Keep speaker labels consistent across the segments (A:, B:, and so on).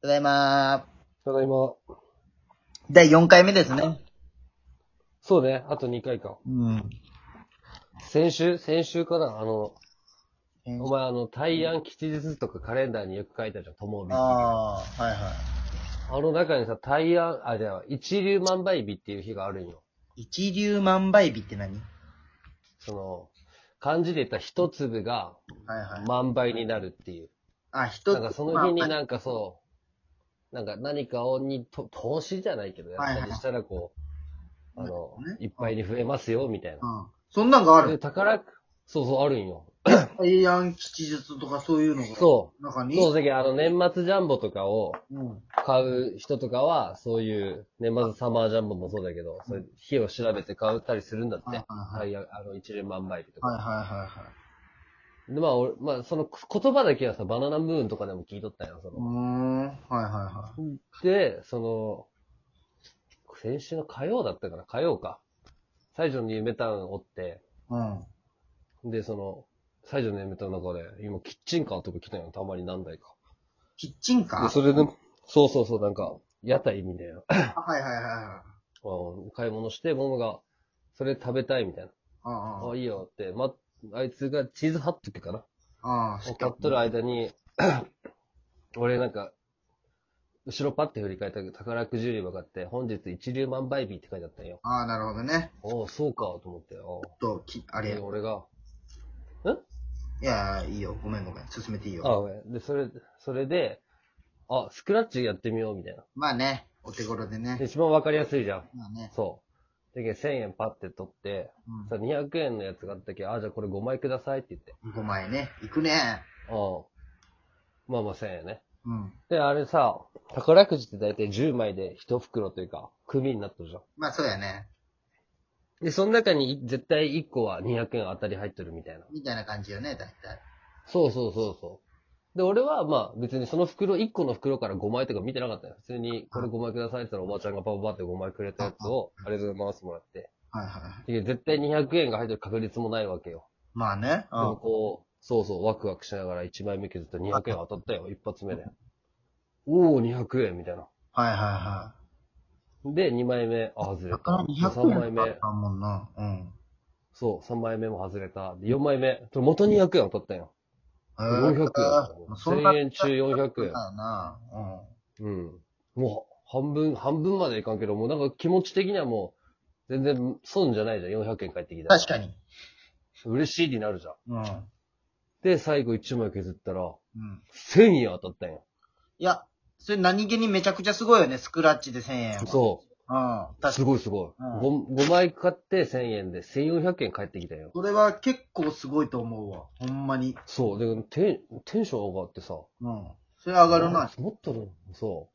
A: ただいま
B: ただいま。
A: ー。第4回目ですね。
B: そうね、あと2回か。
A: うん。
B: 先週先週かなあの、
A: えー
B: お前あの、大安吉日とかカレンダーによく書いたじゃん、友日。あ
A: ああ、はいは
B: の中にさ、大安、あ、じゃあ、一流万倍日っていう日があるんよ。
A: い。一粒万倍日って何
B: その、漢字で言ったら一粒が
A: はいはい。
B: 万倍になるっていう。
A: あ、一
B: な
A: つ。
B: んかその日に
A: まあ
B: なんかそう、なんか何かをにと投資じゃないけど、やったりしたらこう、あの
A: なるほどね、
B: いっぱいに増えますよ、みたいな。
A: うん。そんなんがあ
B: で、
A: る。宝
B: 宝く、そうそう、あるんよ。
A: イアン吉日とかそういうのが。。
B: そう
A: 中
B: う。
A: に。
B: そうだけどあの、年末ジャンボとかを
A: うん。
B: 買う人とかは、そういう、年末サマージャンボもそうだけど、そういう日を調べて買ったりするんだって。
A: はいはいはい
B: いやあの、一連万倍日とか。
A: はいはいはいはい。
B: で、まあ、俺、まあ、その言葉だけはさ、バナナムーンとかでも聞いとったよ、そう
A: ー
B: の。
A: ん。はいはいは
B: で、その、先週の火曜だったから、火曜か。最初に夢タウンおって、
A: い。うん。
B: で、その、最初の夢タウンの中で、今、キッチンカーとか来たよ、たまに何台か。
A: キッチンカ
B: で、
A: ー
B: それで、そうそうそう、なんか、屋台みたいな。
A: あはいはいはいはい。
B: うん買い物して、ママが、それ食べたいみたいな。
A: あ
B: あ、いいよって、ま、あいつがチーズハットクかな
A: あ、ああ、知
B: を
A: って
B: 買っとる間に、 俺なんか、後ろパッて振り返ったら宝くじ売り場があって、本日一粒万倍日って書いてあったんよ。
A: ああ、なるほどね。
B: おお、そうか、と思って。よ
A: と、き、あれ。
B: で、俺が、
A: いや、いいよ。ごめんごめん。進めていいよ。
B: あ、ごめんで、それ、それで、あ、スクラッチやってみよう、みたいな。
A: まあね、お手頃でね。
B: 一番わかりやすいじゃん。
A: まあね。
B: そう。だけど1000円パッて取って、
A: うん
B: さ、200円のやつがあったけど、あ、じゃあこれ5枚くださいって言って。
A: 5枚ね。行くね。
B: うん。まあまあ1000円ね。
A: うん。
B: で、あれさ、宝くじって大体10枚で1袋というか、組になったじゃん。
A: まあそうやね。
B: で、その中に絶対1個は200円当たり入ってるみたいな。
A: みたいな感じよね、大体。
B: そうそうそうそう。で、俺はまあ別にその袋、1個の袋から5枚とか見てなかったよ。普通にこれ5枚くださいって言ったらおばちゃんがパパパって5枚くれたやつを、ありがとうございますもらって。
A: はいはいはい。
B: で絶対200円が入ってる確率もないわけよ。
A: まあね。
B: でもこう、そうそう、ワクワクしながら1枚目削って200円当たったよ、一発目で。おお、200円みたいな。
A: はいはいは
B: で、2枚目、あ、外
A: い。
B: れ
A: だ
B: た。
A: から
B: 3
A: 200
B: 枚
A: 円
B: 目
A: だっ、たもんな。うん。
B: そう、3枚目も外れた。で4枚目、それ元200円当たったんよ。
A: え
B: 400円。
A: そんな
B: 1000円中400円
A: だ。よな。うん。
B: うん。もう、半分、半分までいかんけど、もうなんか気持ち的にはもう、全然損じゃないじゃん、400円返ってきたら
A: 確。かに。
B: 嬉しいになるじゃん。
A: うん。
B: で、最後1枚削ったら、
A: うん。
B: 1000円当たったんよ。
A: いや、それ何気にめちゃくちゃすごいよね、スクラッチで1000円は。。
B: そう
A: うん。
B: う。
A: 確か
B: す
A: に。
B: ごいすごい。
A: うん
B: 5, 5枚買って1000円で1400円返ってきたんよ。
A: それは結構すごいと思うわ。ほんまに。
B: そう。で、テン、テンション上がってさ。
A: うん。それ上がるな。
B: もっと、そ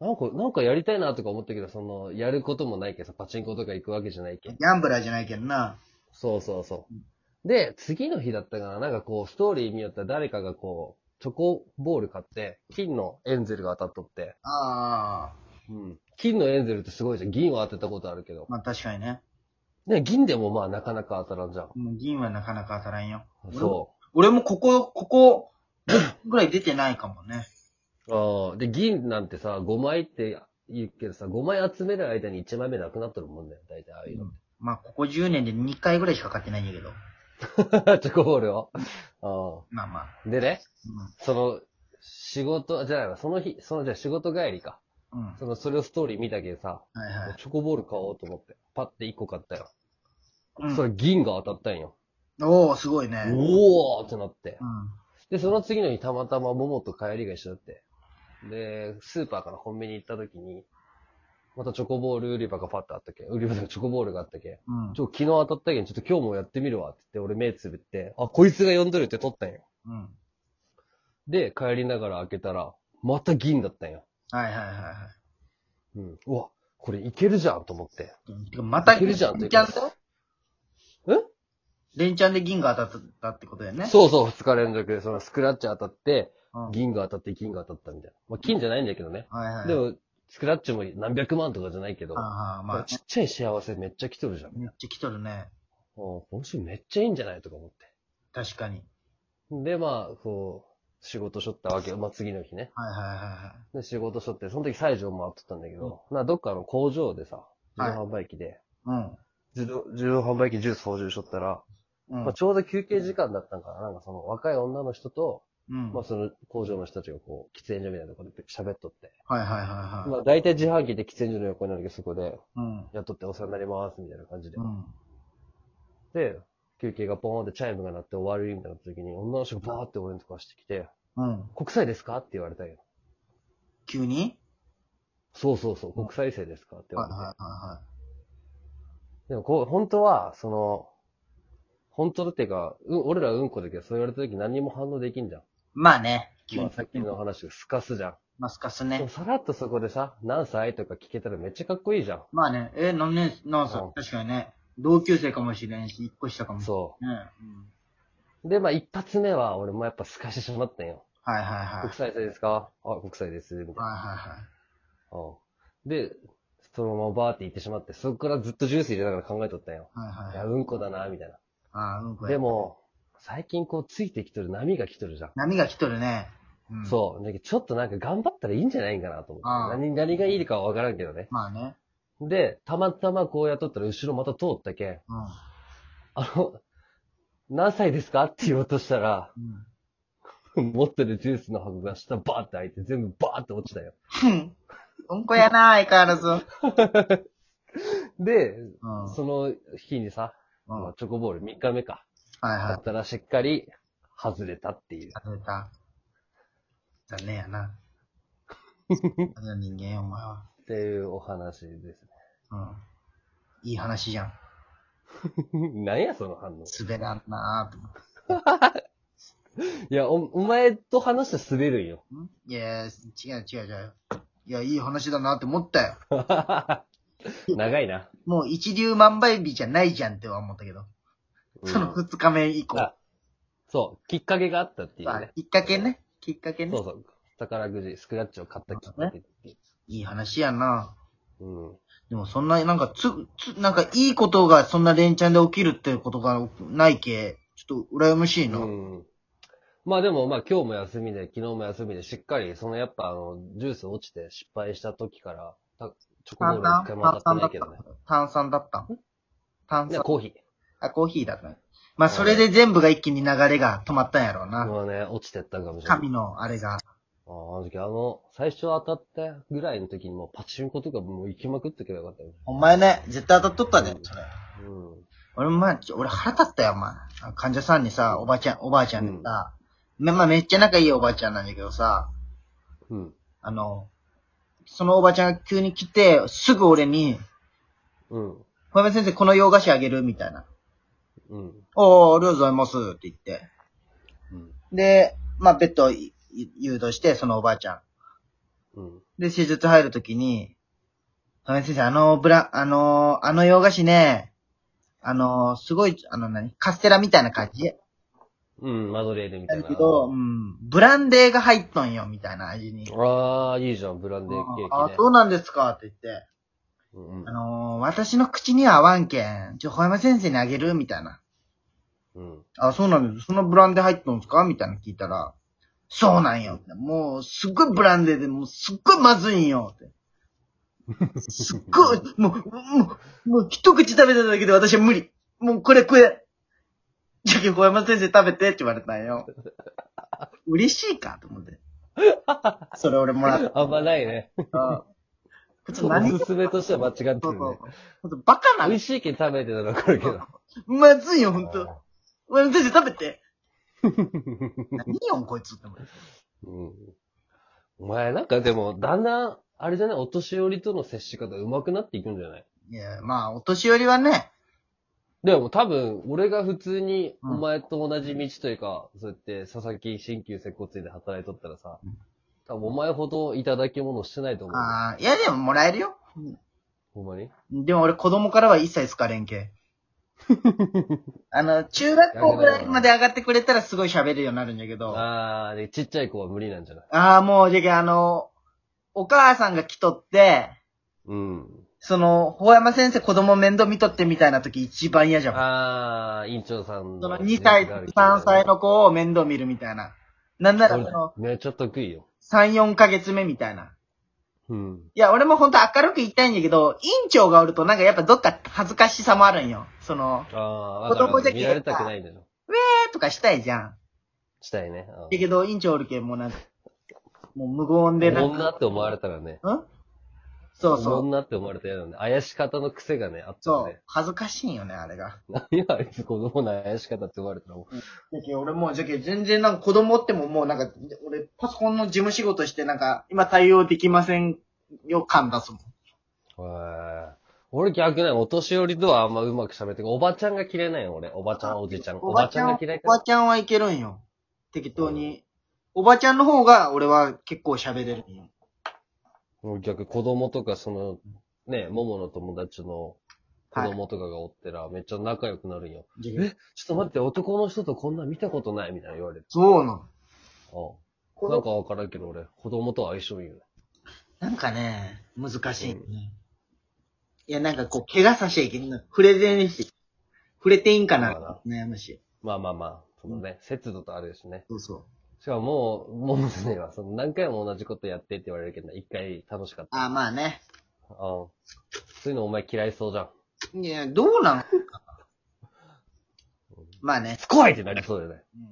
B: う。なんか、なんかやりたいなとか思ったけど、その、やることもないけどさ、パチンコとか行くわけじゃないけ
A: ギ
B: ん。
A: ャンブラーじゃないけんな。
B: そうそうそう。で、次の日だったかな、なんかこう、ストーリー見よったら誰かがこう、チョコボール買って、金のエンゼルが当たっとって、
A: ああ。
B: うん。金のエンゼルってすごいじゃん。銀は当てたことあるけど。
A: まあ確かにね。
B: ね、銀でもまあなかなか当たらんじゃん。
A: うん銀はなかなか当たらんよ。
B: そ
A: 俺もここ、ここ、ぐらい出てないかもね。
B: う。ああ。で、銀なんてさ、5枚って言うけどさ、5枚集める間に1枚目なくなっとるもんだよ。大体ああいうの。
A: まあ、ここ10年で2回ぐらいしか買ってないんだけど。
B: チョコボールを。ああ。
A: まあまあ。
B: でね、その、仕事、じゃないわ、その日、その、じゃあ仕事帰りか。
A: うん。うん。は
B: その、それをストーリー見たけどさ、
A: いはい。
B: チョコボール買おうと思って、パッて1個買ったよ。
A: うん
B: それ銀が当たったんよ。
A: おー、すごいね。うん。
B: おーってなって。で、その次の日たまたま桃と帰りが一緒だって。で、スーパーからコンビニ行った時に、またチョコボール売り場がパッてあったけん。売り場でチョコボールがあったけん。
A: うん
B: ち。ょ、昨日当たったけん、ちょっと今日もやってみるわって言って、俺目つぶって、あ、こいつが呼んどるって取ったんよ。
A: うん。
B: で、帰りながら開けたら、また銀だったんよ。
A: はいはいはいは
B: うん。うわ、これいけるじゃんと思って。
A: い。てか、また、
B: いけるじゃん
A: 連チャンだよ
B: え
A: 連チャンで銀が当たったってことだよね。
B: そうそう、二日連続で、そのスクラッチ当たって、
A: うん。
B: 銀が当たって、銀が当たったみたいな。まあ、金じゃないんだけどね。
A: はいはい。
B: でも、スクラッチも何百万とかじゃないけど、
A: ああ、ま
B: まあ、
A: あ、
B: ちっちゃい幸せめっちゃ来とるじゃん。あ
A: めっちゃ来とるね。
B: 今週めっちゃいいんじゃないとか思って。
A: 確かに。
B: で、まあ、こう、仕事しょったわけよ。まあ、次の日ね。
A: はいはいはいは
B: で、仕事しょって、その時西条回っとったんだけど、な、どっかの工場でさ、
A: はい
B: 自動販売機で、
A: い。
B: 自動、自動販売機ジュース補充しとったら、
A: うん。うん
B: まあ、。ちょうど休憩時間だったんかな。なんかその若い女の人と、
A: うん。は
B: まあ
A: い
B: その工場の人たちがこう、喫煙所みたいなところで喋っとって。
A: はいはいはい。
B: まあ大体自販機で喫煙所の横になるけど、そこで、
A: うん。
B: やっとってお世話になります、みたいな感じで
A: う。ん。
B: で、休憩がポーンってチャイムが鳴って終わりみたいな時に、女の人がバーって俺のとこ走ってきて、
A: うん。
B: 国際ですかって言われたよ。
A: 急に
B: そうそうそう、国際生ですかって言
A: は
B: わ
A: い
B: れて。
A: はいは
B: でもこう、本当は、その、本当だっていうか、う俺らうんこだけど、そう言われた時何にも反応できんじゃん。
A: い。まあね。急
B: ま
A: に
B: あ、。さっきの話をすかすじゃん。
A: マスカス
B: でも
A: ね。
B: さらっとそこでさ、何歳とか聞けたらめっちゃかっこいいじゃん。
A: まあね。え、何年、何歳
B: うん
A: 確かにね。同級生かもしれんし、一個下かもし
B: そ
A: れん。ね。
B: う。で、まあ一発目は俺もやっぱ透かしてしまったんよ。
A: うんはいはいはい。はい
B: 国際生ですかあ、国際です。みたいな。
A: はいはい。
B: うんで、そのままバーって行ってしまって、そこからずっとジュース入れながら考えとったんよ。
A: はい
B: い
A: はい
B: や、
A: はい。
B: うんこだな、みたいな。
A: ああ、うんこや
B: で、も、最近こうついてきとる波が来とるじゃん。
A: 波が来とるね。うん
B: そう。だけどちょっとなんか頑張ったらいいんじゃないかなと思
A: ああ
B: って。何、何がいいかはわからんけどね。
A: まあね。
B: で、たまたまこうやっとったら後ろまた通ったけん、
A: うん。
B: あの、何歳ですかって言おうとしたら、
A: うん
B: 持ってるジュースの箱が下バーって開いて全部バーって落ちたよ。
A: ふん。うんこやな、相変わらず。うん。
B: で、
A: うん
B: その日にさ、ま
A: は
B: あチョコボール3日目か。
A: い
B: だ
A: は
B: ったらしっかり外れたっていう
A: い。。外れた。残念や な。あの人間や、お前は。
B: っていうお話です
A: うん。いい話じゃん。
B: ね。 なんやその反応。
A: 滑らんなぁと思って。
B: いや、お、お前と話したら滑るんよ。
A: んいや、違う違う違う。いや、いい話だなって思ったよ。
B: 長いな。
A: もう一流万倍日じゃないじゃんっては思ったけど。
B: うん
A: その二日目以降。
B: あそう、きっかけがあったっていう
A: まあ
B: ね。
A: きっかけね。きっかけ
B: そ
A: ね
B: う。そう。宝くじ、スクラッチを買ったきっかけっていう。
A: いい話やな
B: うん。
A: でもそんな、なんかつ、つ、なんかいいことがそんな連チャンで起きるってことがないけ、ちょっと羨ましいな。
B: うん。まあでも、まあ今日も休みで、昨日も休みで、しっかり、そのやっぱあの、ジュース落ちて失敗した時から、たチョコボール
A: 炭酸
B: 一回も
A: 炭
B: 当た
A: 酸
B: って
A: だ
B: な
A: っ
B: いけどね。
A: た炭酸だった炭
B: いや、
A: 酸。
B: コーヒー。
A: あ、コーヒーだった。まあそれで全部が一気に流れが止まったんやろうな。
B: まあね、落ちてったかもしれない。
A: 神のあれが。
B: あーあの時、あの、最初当たったぐらいの時にもうパチンコとかもう行きまくってけばよかったよ。
A: お前ね、絶対当たっとったで、
B: うん
A: それ。
B: うん。
A: 俺もまあ、ちょ俺腹立ったよ、お前。あ患者さんにさ、おばあちゃん、おばあちゃんにさ、めまあめっちゃ仲いいおばあちゃんなんだけどさ、
B: うん。
A: あの、そのおばあちゃんが急に来て、すぐ俺に、
B: うん。
A: 小山先生この洋菓子あげるみたいな。
B: うん。
A: おー、ありがとうございますって言って。
B: うん。
A: で、まあベッドをいい誘導して、そのおばあちゃん。
B: うん。
A: で、手術入るときに、小林先生、あの、ブラ、あの、あの洋菓子ね、あの、すごい、あの何、カステラみたいな感じ
B: うん、マドレーヌみたい
A: だ
B: な。
A: けど、うん、ブランデーが入っとんよ、みたいな味に。
B: ああ、いいじゃん、ブランデーケーキね。
A: あ、そうなんですかって言って、
B: うん
A: あのー私の口には合わんけん、ちょ、小山先生にあげるみたいな。
B: うん。
A: あ、そうなんです。そのブランデー入っとんすかみたいなの聞いたら、そうなんよって。もう、すっごいブランデーで、もう、すっごいまずいんよって。すっごい、もう、もう、もう一口食べただけで私は無理。もう、これ食え。じゃあ、小山先生食べてって言われたんよ。嬉しいかと思って。それ俺もらっ
B: あんまないね。
A: た。こいつ何
B: おすすめとしては間違ってるね。
A: そうそう。ほんとバカな
B: 美
A: の
B: 味しいけん食べてたのわかるけ ど。
A: まずいよ、ほんと。小山先生食べて。何よ、こいつって思って。
B: うん。お前なんかでも、だんだん、あれじゃない、お年寄りとの接し方上手くなっていくんじゃない
A: いや、まあ、お年寄りはね、
B: でも多分、俺が普通に、
A: う
B: お
A: ん
B: 前と同じ道というか、そうやって、佐々木新旧接骨院で働いとったらさ
A: うん、
B: 多分お前ほどいただき物してないと思う。
A: ああ、いやでももらえるよ。
B: ほんまに
A: でも俺子供からは一切好かれん け。あの、中学校ぐらいまで上がってくれたらすごい喋るようになるんだけど、あ
B: あー、でちっちゃい子は無理なんじゃない
A: あー、もう、じゃけあの、お母さんが来とって、
B: うん。
A: その、ほ山先生子供面倒見とってみたいな時一番嫌じゃん。
B: あー、院長さん
A: その2歳、3歳
B: の。
A: の子を面倒見るみたいな。なんなら、あ
B: 俺
A: の、
B: めっちゃ得意よ。
A: 3、4ヶ月目みたいな。
B: うん。
A: いや、俺も本当明るく言いたいんだけど、委員長がおるとなんかやっぱどっか恥ずかしさもあるんよ。その、
B: ああ、だか
A: 男じゃ
B: ら
A: け
B: 見られたくないんだよ。
A: えーとかしたいじゃん。
B: したいね。うん
A: だけど、委員長おるけんもうなんか、もう無言でなん
B: 女
A: か、
B: って思われたらね。
A: んそうそう。
B: 女って思われたら嫌だね。怪し方の癖がね、あった
A: そ
B: ら
A: う
B: ね。。
A: 恥ずかしいんよね、あれが。
B: 何や、あいつ子供の怪し方って言われたらもう。
A: だけど俺もう、じゃけ全然なんか子供ってももうなんか、俺パソコンの事務仕事してなんか、今対応できませんよ感出すもん。
B: へえ俺逆なの。お年寄りとはあんまうまく喋っておばちゃんが嫌いなんよ、俺。おばちゃん、おじちゃん。おばちゃんが嫌い
A: お
B: か
A: ば
B: ら。
A: ちゃんはいけるんよ。適当に。おばちゃんの方が俺は結構喋れるんよ。
B: 俺逆、子供とかその、ね、ももの友達の子
A: はい
B: 供とかがおってら、めっちゃ仲良くなるんよ。
A: じゃけ
B: え、ちょっと待って、男の人とこんな見たことないみたいな言われる。
A: そうなの。
B: うん。なんかわからんけど俺、子供とは相性いいよね。
A: なんかね、難しいね。いや、なんかこう、怪我させちゃいけない。触れてねえし。触れていいんか
B: ま
A: な悩むし。
B: まあまあまあ、そのね、節度とあるしね。
A: そうそう。
B: しかも、もう、もうすねは、その何回も同じことやってって言われるけどな、一回楽しかっ
A: ああ、まあね。
B: た。ああ。そういうのお前嫌いそうじゃん。
A: いや、どうなんまあね。
B: 怖いってなりそうじゃない
A: うん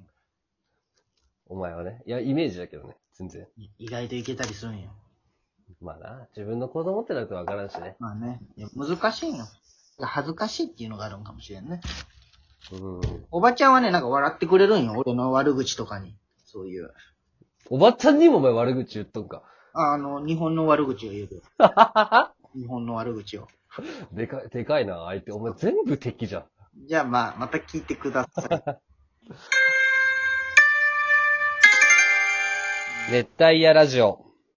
B: お前はね。いや、イメージだけどね、全然。
A: 意外といけたりするんよ。
B: まあな、自分の子供ってなるとわからんしね。
A: まあね。いや難しいんよ。恥ずかしいっていうのがあるんかもしれんね。
B: うん。
A: おばちゃんはね、なんか笑ってくれるんよ。俺の悪口とかに。そういう。
B: おばちゃんにもお前悪口言っとんか。
A: あの、日本の悪口を言う よ。日本の悪口を。
B: でかい、でかいな、相手。お前全部敵じゃん。
A: じゃあまあ、また聞いてください。
B: 熱帯夜ラジオ。